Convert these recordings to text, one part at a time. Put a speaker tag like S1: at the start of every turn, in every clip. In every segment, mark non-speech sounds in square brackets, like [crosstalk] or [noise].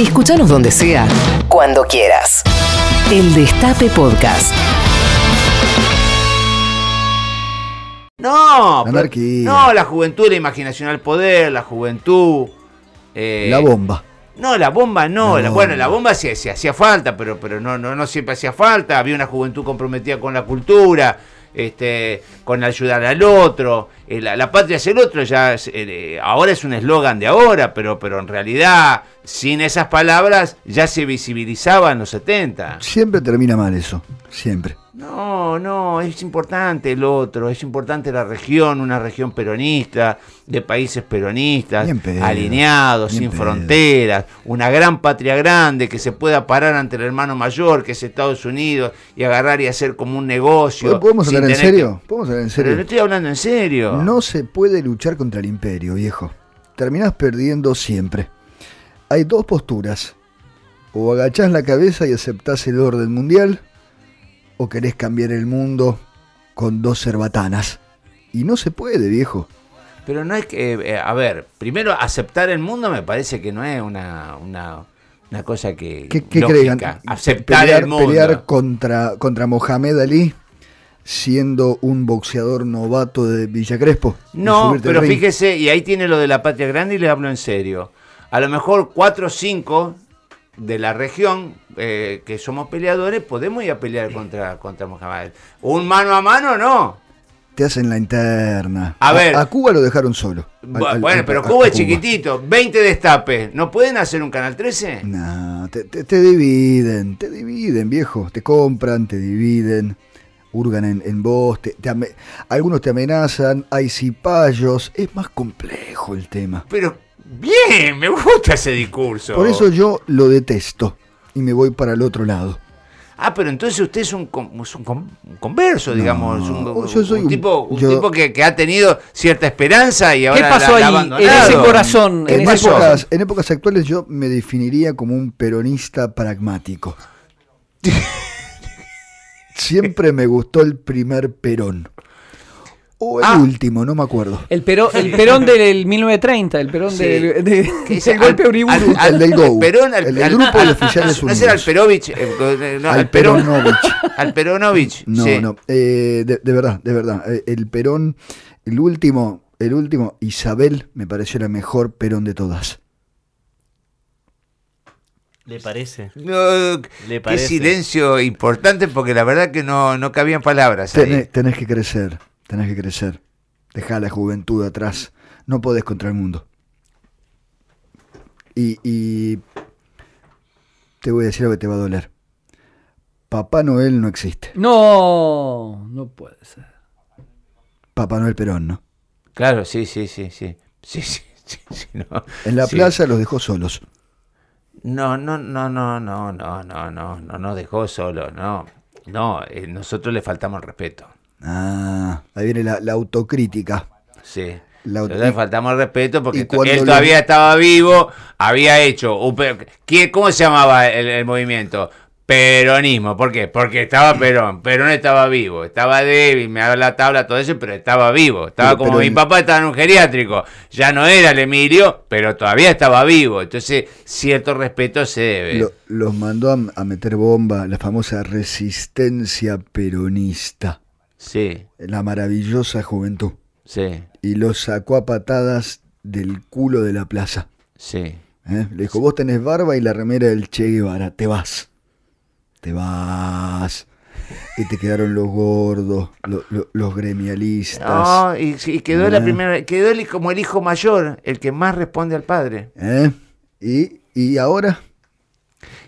S1: Escúchanos donde sea, cuando quieras. El Destape Podcast.
S2: No,
S3: La
S2: pero-
S3: anarquía.
S2: no, la juventud, la imaginación al poder, la juventud. eh,
S3: La bomba.
S2: No, la bomba no.
S3: No.
S2: la- bueno, la bomba sí, sí hacía falta, pero, pero no, no, no siempre hacía falta. Había una juventud comprometida con la cultura, este, con ayudar al otro. Eh, la, la patria es el otro, ya es, eh, eh, ahora es un eslogan de ahora, pero, pero en realidad, sin esas palabras, ya se visibilizaba en los 70.
S3: Siempre termina mal eso. Siempre.
S2: No, no, es importante el otro, es importante la región, una región peronista, de países peronistas,
S3: Ni en pedo,
S2: alineados,
S3: ni en
S2: sin
S3: pedo.
S2: fronteras, una gran patria grande que se pueda parar ante el hermano mayor, que es Estados Unidos, y agarrar y hacer como un negocio.
S3: Eh, ¿Podemos
S2: sin
S3: hablar en
S2: tener
S3: serio? ¿Podemos hablar en
S2: que- Pero no
S3: serio?
S2: estoy hablando en este serio.
S3: No se puede luchar contra el imperio, viejo. Terminás perdiendo siempre. Hay dos posturas. O agachás la cabeza y aceptás el orden mundial, o querés cambiar el mundo con dos cerbatanas. Y no se puede, viejo.
S2: Pero no es que, eh, a ver, primero aceptar el mundo me parece que no es una, una, una cosa que...
S3: ¿Qué, qué
S2: lógica.
S3: crean?
S2: Aceptar
S3: pelear,
S2: el mundo.
S3: pelear contra, contra Mohamed Ali siendo un boxeador novato de Villa Crespo. y
S2: No,
S3: subirte al
S2: pero
S3: ring.
S2: fíjese, y ahí tiene lo de la patria grande y le hablo en serio. A lo mejor cuatro o cinco de la región eh, que somos peleadores podemos ir a pelear contra, contra Mohamed. Un mano a mano no.
S3: Te hacen la interna.
S2: A ver.
S3: A Cuba lo dejaron solo. Al-
S2: Bu-
S3: al-
S2: bueno,
S3: al-
S2: pero
S3: a- a
S2: Cuba es chiquitito, 20 destapes. ¿No pueden hacer un Canal 13?
S3: No, te, te- te dividen, te dividen, viejo. Te compran, te dividen, hurgan en, en vos, te- te ame- algunos te amenazan, hay cipayos. Es más complejo el tema.
S2: Pero bien, me gusta ese discurso.
S3: Por eso yo lo detesto y me voy para el otro lado.
S2: Ah, pero entonces usted es un, con- es un, con- un converso, digamos, es un,
S3: yo soy
S2: un
S3: un-
S2: tipo, un
S3: yo-
S2: tipo que, que ha tenido cierta esperanza y ahora
S4: ¿Qué
S2: la-
S4: pasó
S2: la ha
S4: ahí en
S2: abandonado.
S4: ese corazón?
S3: En
S4: En ese corazón?
S3: épocas, en épocas actuales yo me definiría como un peronista pragmático. [laughs] Siempre me gustó el primer perón. O el
S2: Ah.
S3: último, no me acuerdo.
S4: El, pero, el perón del 1930, el perón
S2: Sí.
S4: del, de-
S2: Que es
S4: del
S2: al-
S4: golpe Uriburu.
S2: al-
S3: El del Go.
S2: Perón, al-
S3: El del
S2: al-
S3: grupo
S2: [laughs]
S3: de
S2: al-
S3: oficiales
S2: No será al
S3: unidos.
S2: Perovich. eh, no,
S3: Al
S2: al Perón.
S3: peronovich.
S2: [laughs] Al Peronovich.
S3: No,
S2: sí.
S3: no. eh, de, de verdad, de verdad. eh, El perón, el último, el último, Isabel, me pareció la mejor perón de todas.
S5: ¿Le parece?
S2: No,
S5: Le
S2: qué
S5: parece.
S2: silencio importante porque la verdad que no, no cabían palabras. ahí.
S3: Tenés, tenés que crecer, tenés que crecer. Dejá la juventud atrás. No podés contra el mundo. Y, y te voy a decir algo que te va a doler. Papá Noel no existe.
S4: No, no puede ser.
S3: Papá Noel Perón, ¿no?
S2: Claro, sí, sí, sí, sí. Sí, sí, sí, sí, no.
S3: En la
S2: Sí.
S3: plaza los dejó solos.
S2: No, no, no, no, no, no, no, no, no nos dejó solo, no. No, eh, nosotros le faltamos el respeto.
S3: Ah, ahí viene la, la autocrítica.
S2: Sí.
S3: La-
S2: Nosotros le
S3: y-
S2: faltamos el respeto
S3: y
S2: porque to-
S3: cuando
S2: él
S3: lo-
S2: todavía estaba vivo, había hecho. un pe- ¿Qué- ¿Cómo se llamaba el, el movimiento? Peronismo. ¿Por qué? Porque estaba Perón. Perón estaba vivo, estaba débil, me daba la tabla, todo eso, pero estaba vivo. Estaba
S3: Pero
S2: como mi
S3: Perón-
S2: papá, estaba en un geriátrico. Ya no era el Emilio, pero todavía estaba vivo. Entonces, cierto respeto se debe.
S3: Lo- los mandó a, a meter bomba, la famosa resistencia peronista,
S2: Sí,
S3: la maravillosa juventud.
S2: sí,
S3: Y los sacó a patadas del culo de la plaza.
S2: sí.
S3: ¿eh? Le dijo, vos tenés barba y la remera del Che Guevara, te vas. Te vas. Y te quedaron los gordos, lo- lo- los gremialistas.
S2: No, Ah, y, y quedó la
S3: Ah.
S2: primera, quedó el- como el hijo mayor, el que más responde al padre.
S3: ¿eh? Y, y ahora,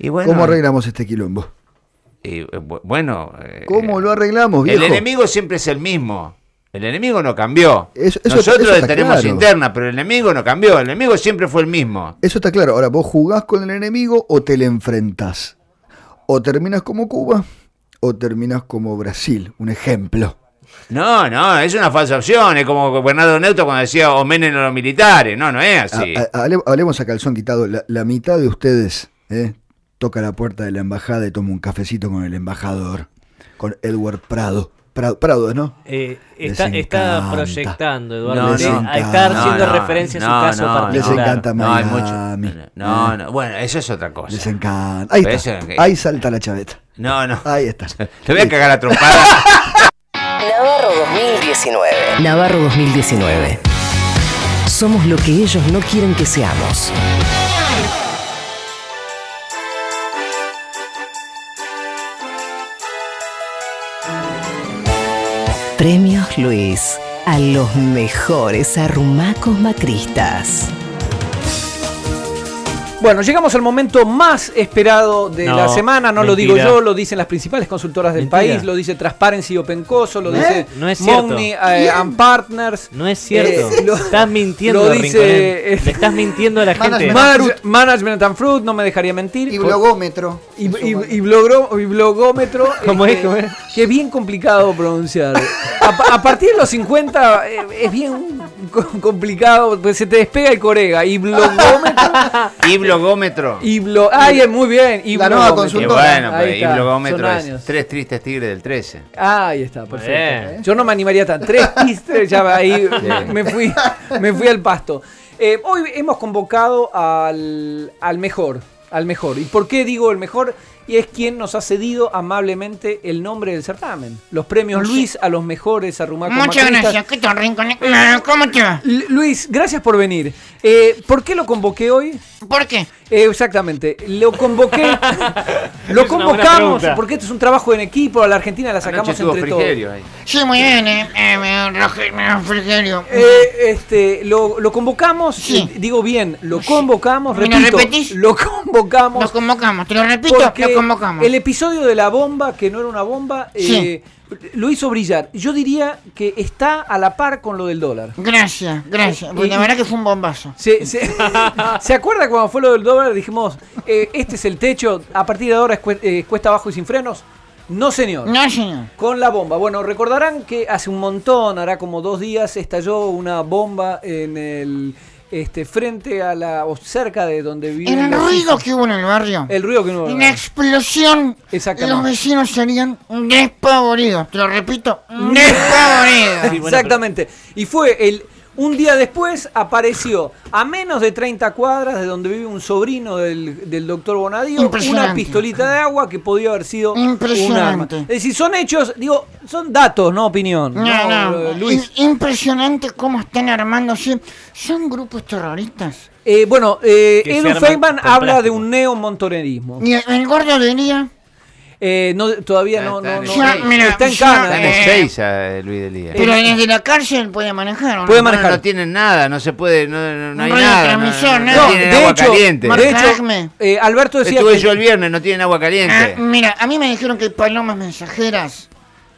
S2: Y bueno,
S3: ¿cómo arreglamos este quilombo?
S2: Y, eh, bu- bueno. eh,
S3: ¿Cómo lo arreglamos, viejo?
S2: El enemigo siempre es el mismo. El enemigo no cambió.
S3: Eso- eso-
S2: Nosotros
S3: eso está
S2: tenemos
S3: claro.
S2: interna, pero el enemigo no cambió. El enemigo siempre fue el mismo.
S3: Eso está claro. Ahora, vos jugás con el enemigo o te le enfrentás. O terminas como Cuba o terminas como Brasil. Un ejemplo.
S2: No, no, es una falsa opción. Es como Bernardo Neuto cuando decía omenen a los militares. No, no es así.
S3: A- a- hable- hablemos a calzón quitado. La, la mitad de ustedes ¿eh? toca la puerta de la embajada y toma un cafecito con el embajador, con Edward Prado. Pra- Prado, ¿no?
S5: Eh, está,
S3: Les
S5: está
S3: encanta.
S5: proyectando, Eduardo.
S3: No,
S5: Sí,
S3: no.
S5: está
S3: No,
S5: haciendo
S3: no,
S5: referencia
S2: no,
S5: a su caso
S2: no,
S5: particular.
S3: Les encanta
S2: No, hay
S3: Miami.
S2: mucho. No, no, bueno, eso es otra cosa.
S3: Les encanta. Ahí
S2: Pero
S3: está.
S2: eso es que-
S3: Ahí salta la chaveta.
S2: No, no.
S3: Ahí
S2: [laughs]
S3: está.
S2: Te voy a cagar la
S4: [laughs]
S2: trompada.
S1: Navarro 2019. Navarro 2019. Somos lo que ellos no quieren que seamos. Premios Luis a los mejores arrumacos macristas.
S4: Bueno, llegamos al momento más esperado de
S5: No,
S4: la semana, no
S5: mentira.
S4: lo digo yo, lo dicen las principales consultoras del
S5: Mentira.
S4: país, lo dice Transparency Opencoso, lo
S5: ¿Eh?
S4: dice
S5: No es cierto.
S4: Mogni eh, and Partners,
S5: No es cierto.
S4: Eh, lo-
S5: estás mintiendo,
S4: lo dice- eh,
S5: Rinconel. Le estás mintiendo a la gente.
S3: Management.
S4: Manage- Management and Fruit, no me dejaría mentir.
S6: Y blogómetro.
S4: Y, y- y blogro- y blogómetro.
S2: [laughs]
S5: ¿Cómo es?
S4: este,
S5: ¿Cómo es?
S4: Que es bien complicado pronunciar. A, pa- a partir de los 50 eh, es bien co- complicado. pues se te despega el corega. Y blogómetro.
S2: y blogómetro.
S4: Y blo Ay, es muy bien. Y
S6: La nueva
S4: blogómetro.
S2: Qué
S6: consultora.
S2: bueno,
S4: Ahí
S2: pero y
S4: está,
S2: blogómetro
S4: son
S2: es
S4: años.
S2: tres tristes tigres del 13.
S4: Ah, ahí está,
S5: bien.
S4: perfecto. ¿eh? Yo no me animaría tan. Tres
S5: [laughs]
S4: pistas, ya ahí me fui, me fui al pasto. Eh, hoy hemos convocado al, al mejor, al mejor. ¿Y por qué digo el mejor? Y es quien nos ha cedido amablemente el nombre del certamen. Los premios Luis a los mejores arrumacos
S7: Muchas
S4: macristas.
S7: gracias, ¿qué tal, Rincón?
S4: Eh.
S7: Ah, ¿Cómo te va?
S4: L- Luis, gracias por venir. Eh, ¿Por qué lo convoqué hoy?
S7: ¿Por qué?
S4: Eh, exactamente, lo
S5: [laughs]
S4: convoqué, lo
S5: Es una buena
S4: convocamos
S5: pregunta.
S4: porque esto es un trabajo en equipo, a la Argentina la
S2: Anoche
S4: sacamos
S2: tuvo
S4: entre todos.
S2: Frigerio ahí.
S7: Sí, muy bien, eh, eh, eh, Roger- eh, Frigerio.
S4: Eh, este, lo, lo convocamos,
S7: Sí.
S4: eh, digo bien, lo convocamos,
S7: ¿Me lo
S4: repito,
S7: repetís?
S4: lo convocamos.
S7: Nos convocamos, te lo repito,
S4: Porque
S7: nos convocamos.
S4: el episodio de la bomba, que no era una bomba, eh, lo hizo brillar. Yo diría que está a la par con lo del dólar.
S7: Gracias, gracias. Porque
S4: Y-
S7: la verdad que fue un bombazo.
S4: ¿Se, se, [laughs] se acuerda cuando fue lo del dólar? Dijimos, eh, este es el techo, a partir de ahora es cue- eh, cuesta abajo y sin frenos. No, señor.
S7: No, señor.
S4: Con la bomba. Bueno, recordarán que hace un montón, hará como dos días, estalló una bomba en el este frente a la o cerca de donde viven
S7: El
S4: los
S7: ruido
S4: hijos.
S7: que hubo en el barrio.
S4: el ruido que no
S7: Una explosión.
S4: Exactamente.
S7: Los vecinos serían despavoridos. Te lo repito,
S4: [laughs]
S7: despavoridos.
S5: Sí, bueno,
S4: Exactamente. Y fue el un día después apareció a menos de 30 cuadras de donde vive un sobrino del, del doctor Bonadío una
S7: Impresionante.
S4: pistolita de agua que podía haber sido un arma.
S7: Impresionante.
S4: Es decir, son hechos, digo, son datos, no opinión.
S7: No, no,
S4: eh, Luis.
S7: im- impresionante cómo están armándose. Son grupos terroristas.
S4: Eh, bueno, eh,
S5: Que se
S4: Edu
S5: arman
S4: Feynman
S5: con
S4: habla de
S5: plástico.
S4: un neomontonerismo.
S7: Y el, el gordo diría,
S4: Eh, no, todavía no,
S2: Está
S4: no,
S2: en
S4: no-
S2: Ezeiza.
S4: no-
S7: Mira,
S4: está en
S7: ya-
S2: Está en
S4: Cana.
S7: eh,
S2: Ezeiza, eh, Luis Delía.
S7: pero desde la cárcel puede manejar. ¿o no?
S4: Puede
S2: No,
S4: manejar.
S2: No, tienen nada, no se puede, no, no- no hay
S7: No hay
S2: nada.
S7: transmisor,
S2: no,
S7: nada.
S2: no tienen
S4: de
S2: agua
S4: hecho-
S2: caliente.
S4: de hecho,
S7: Marcadme.
S4: eh, Alberto decía
S2: Estuve
S4: que
S2: yo el viernes, no tienen agua
S7: Ah,
S2: caliente.
S7: mira, a mí me dijeron que hay palomas mensajeras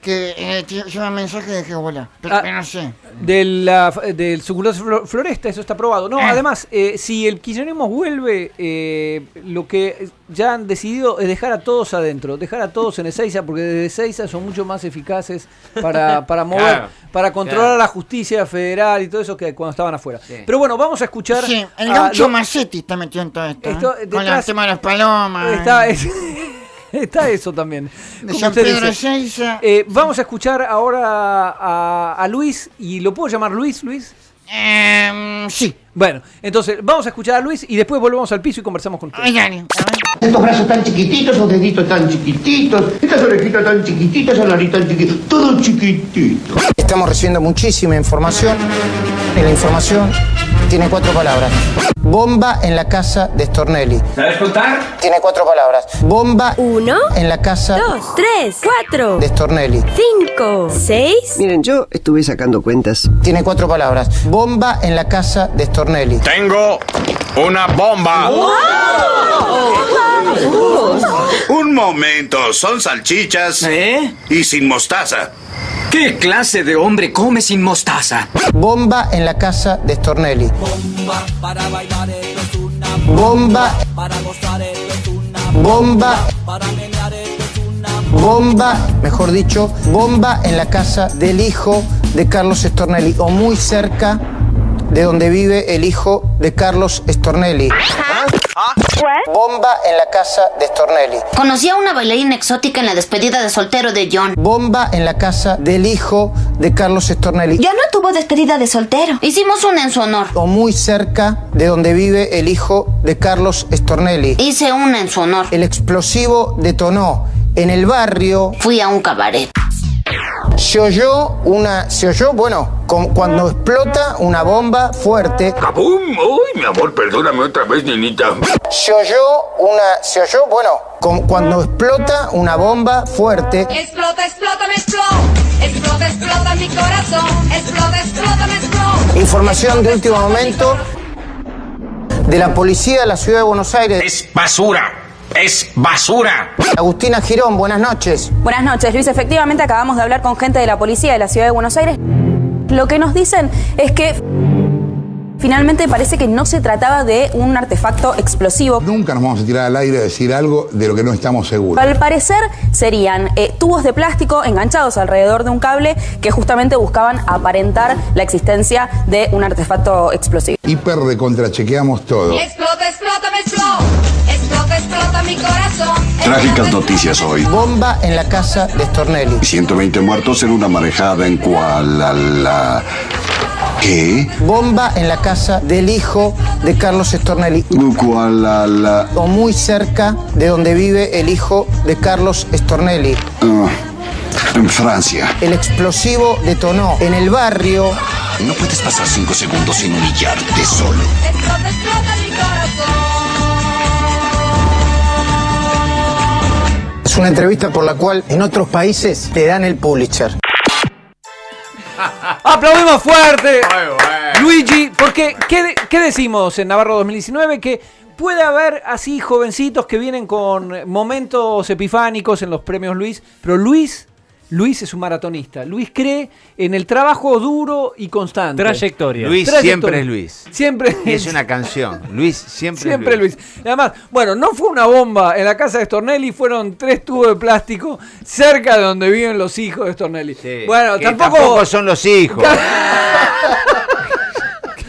S7: que eh, lle- llevan mensajes de Jehová. Pero
S4: Ah.
S7: pero no sé.
S4: de la- del suculoso flo- floresta, eso está probado. No,
S7: Ah.
S4: además, eh, si el kirchnerismo vuelve, eh, lo que ya han decidido es dejar a todos adentro, dejar a todos en Ezeiza, porque desde Ezeiza son mucho más eficaces para, para mover,
S2: Claro,
S4: para controlar
S2: claro.
S4: la justicia federal y todo eso que cuando estaban afuera.
S2: Sí.
S4: Pero bueno, vamos a escuchar
S7: Sí, el
S4: a
S7: gaucho
S4: ah, lo-
S7: Macetti está metido en todo esto. ¿eh?
S4: Esto,
S7: Con
S4: detrás-
S7: el tema de las palomas.
S4: Está,
S7: eh,
S4: es- [laughs] está eso también.
S7: de
S4: Como
S7: San
S4: usted
S7: Pedro
S4: dice.
S7: Seiza.
S4: Eh, vamos a escuchar ahora a, a Luis, y lo puedo llamar Luis, Luis.
S7: Em, sí.
S4: Bueno, entonces vamos a escuchar a Luis y después volvemos al piso y conversamos con usted.
S7: Ay, dale, a ver.
S8: Estos brazos tan chiquititos, esos deditos tan chiquititos, estas orejitas tan chiquititas, esa nariz tan chiquitita, todo chiquitito.
S6: Estamos recibiendo muchísima información. Y la información tiene cuatro palabras. Bomba en la casa de Stornelli.
S9: ¿Sabes contar?
S6: Tiene cuatro palabras. Bomba
S10: Uno,
S6: en la casa
S10: dos, tres, cuatro,
S6: de Stornelli.
S10: cinco, seis.
S11: Miren, yo estuve sacando cuentas.
S6: Tiene cuatro palabras. Bomba en la casa de Stornelli.
S9: Tengo una bomba. Un momento, son salchichas
S11: ¿Eh?
S9: y sin mostaza.
S11: ¿Qué clase de hombre come sin mostaza?
S6: Bomba en la casa de Stornelli. Bomba Bomba. Bomba, mejor dicho, bomba en la casa del hijo de Carlos Stornelli, o muy cerca de donde vive el hijo de Carlos Stornelli. Bomba en la casa de Stornelli.
S12: Conocí a una bailarina exótica en la despedida de soltero de John.
S6: Bomba en la casa del hijo de Carlos Stornelli.
S12: John no tuvo despedida de soltero. Hicimos una en su honor.
S6: O muy cerca de donde vive el hijo de Carlos Stornelli.
S12: Hice una en su honor.
S6: El explosivo detonó en el barrio.
S12: Fui a un cabaret.
S6: Se oyó una. Se oyó, bueno, como cuando explota una bomba fuerte.
S9: ¡Cabum! ¡Uy, mi amor, perdóname otra vez, niñita!
S6: Se oyó una. Se oyó, bueno, como cuando explota una bomba fuerte.
S13: Explota, explota, me explota. Explota, explota mi corazón. Explota, explota, me explota.
S6: Información de último momento de la policía de la ciudad de Buenos Aires.
S9: ¡Es basura! ¡Es basura!
S6: Agustina Girón, buenas noches.
S14: Buenas noches, Luis. Efectivamente, acabamos de hablar con gente de la policía de la ciudad de Buenos Aires. Lo que nos dicen es que finalmente parece que no se trataba de un artefacto explosivo.
S15: Nunca nos vamos a tirar al aire a decir algo de lo que no estamos seguros.
S14: Al parecer serían eh, tubos de plástico enganchados alrededor de un cable que justamente buscaban aparentar la existencia de un artefacto explosivo.
S15: Hiper recontrachequeamos todo.
S13: Explota, explota, me explota. Explota, explota mi corazón.
S9: Trágicas noticias hoy.
S6: Bomba en la casa de Stornelli.
S9: 120 muertos en una marejada en Kuala la... ¿Qué?
S6: Bomba en la casa del hijo de Carlos Stornelli.
S9: Kuala la...
S6: O muy cerca de donde vive el hijo de Carlos Stornelli.
S9: Ah, en Francia.
S6: El explosivo detonó en el barrio.
S9: No puedes pasar cinco segundos sin humillarte solo.
S13: Explota, explota mi corazón.
S6: Es una entrevista por la cual en otros países te dan el Pulitzer.
S4: ¡Aplaudimos fuerte! Luigi, porque ¿qué, de- qué decimos en Navarro 2019? Que puede haber así jovencitos que vienen con momentos epifánicos en los premios Luis, pero Luis... Luis es un maratonista. Luis cree en el trabajo duro y constante.
S5: Trayectoria.
S2: Luis
S4: Trayectoria.
S2: siempre es Luis.
S4: Siempre
S2: Y es una canción. Luis siempre,
S4: mm, Siempre
S2: es Luis.
S4: Luis. Y además, bueno, no fue una bomba en la casa de Stornelli, fueron tres tubos de plástico cerca de donde viven los hijos de Stornelli. Bueno,
S2: Que
S4: tampoco,
S2: tampoco son los
S4: [laughs]
S2: hijos. [laughs]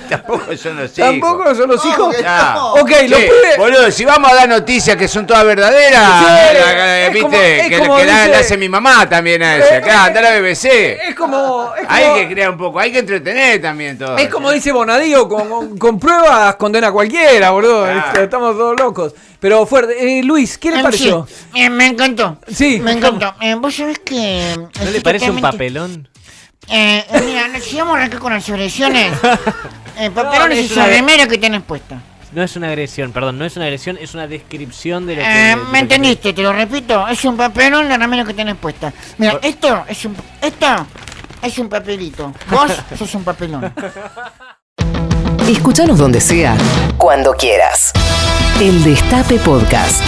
S2: Que tampoco son los hijos.
S4: tampoco son los hijos. [laughs]
S2: Ya.
S4: Ok, los
S2: Che,
S4: pibes-
S2: Boludo, si vamos a dar noticias que son todas verdaderas,
S4: Sí,
S2: eh,
S4: es
S2: viste,
S4: como- es
S2: que,
S4: como
S2: que la,
S4: dice-
S2: la hace mi mamá también a
S4: Eh,
S2: esa. Acá, anda la
S4: Es,
S2: BBC.
S4: como, es como-
S2: Hay que crear un poco, hay que entretener también todo.
S4: es como dice Bonadío, con, con- con pruebas condena a cualquiera, boludo. Estamos todos locos. Pero fuerte. Eh, Luis, ¿qué le
S7: En
S4: pareció?
S7: sí, eh, me encantó.
S4: Sí.
S7: Me encantó. Eh, Vos sabés que.
S5: ¿No le parece un papelón?
S7: Eh, eh, mira, nos sigamos acá con las
S5: [laughs]
S7: agresiones. Eh, papelones
S5: es
S7: y
S5: una-
S7: esa remera que tenés puesta.
S5: No es una agresión, perdón, no es una agresión, es una descripción de lo que.
S7: Eh,
S5: de lo
S7: ¿Me
S5: que-
S7: entendiste? Te lo repito. Es un papelón la remera que tenés puesta. Mira, esto es un. Esto es un papelito.
S5: [laughs]
S7: Vos sos un papelón.
S1: Escúchanos donde sea, cuando quieras. El Destape Podcast.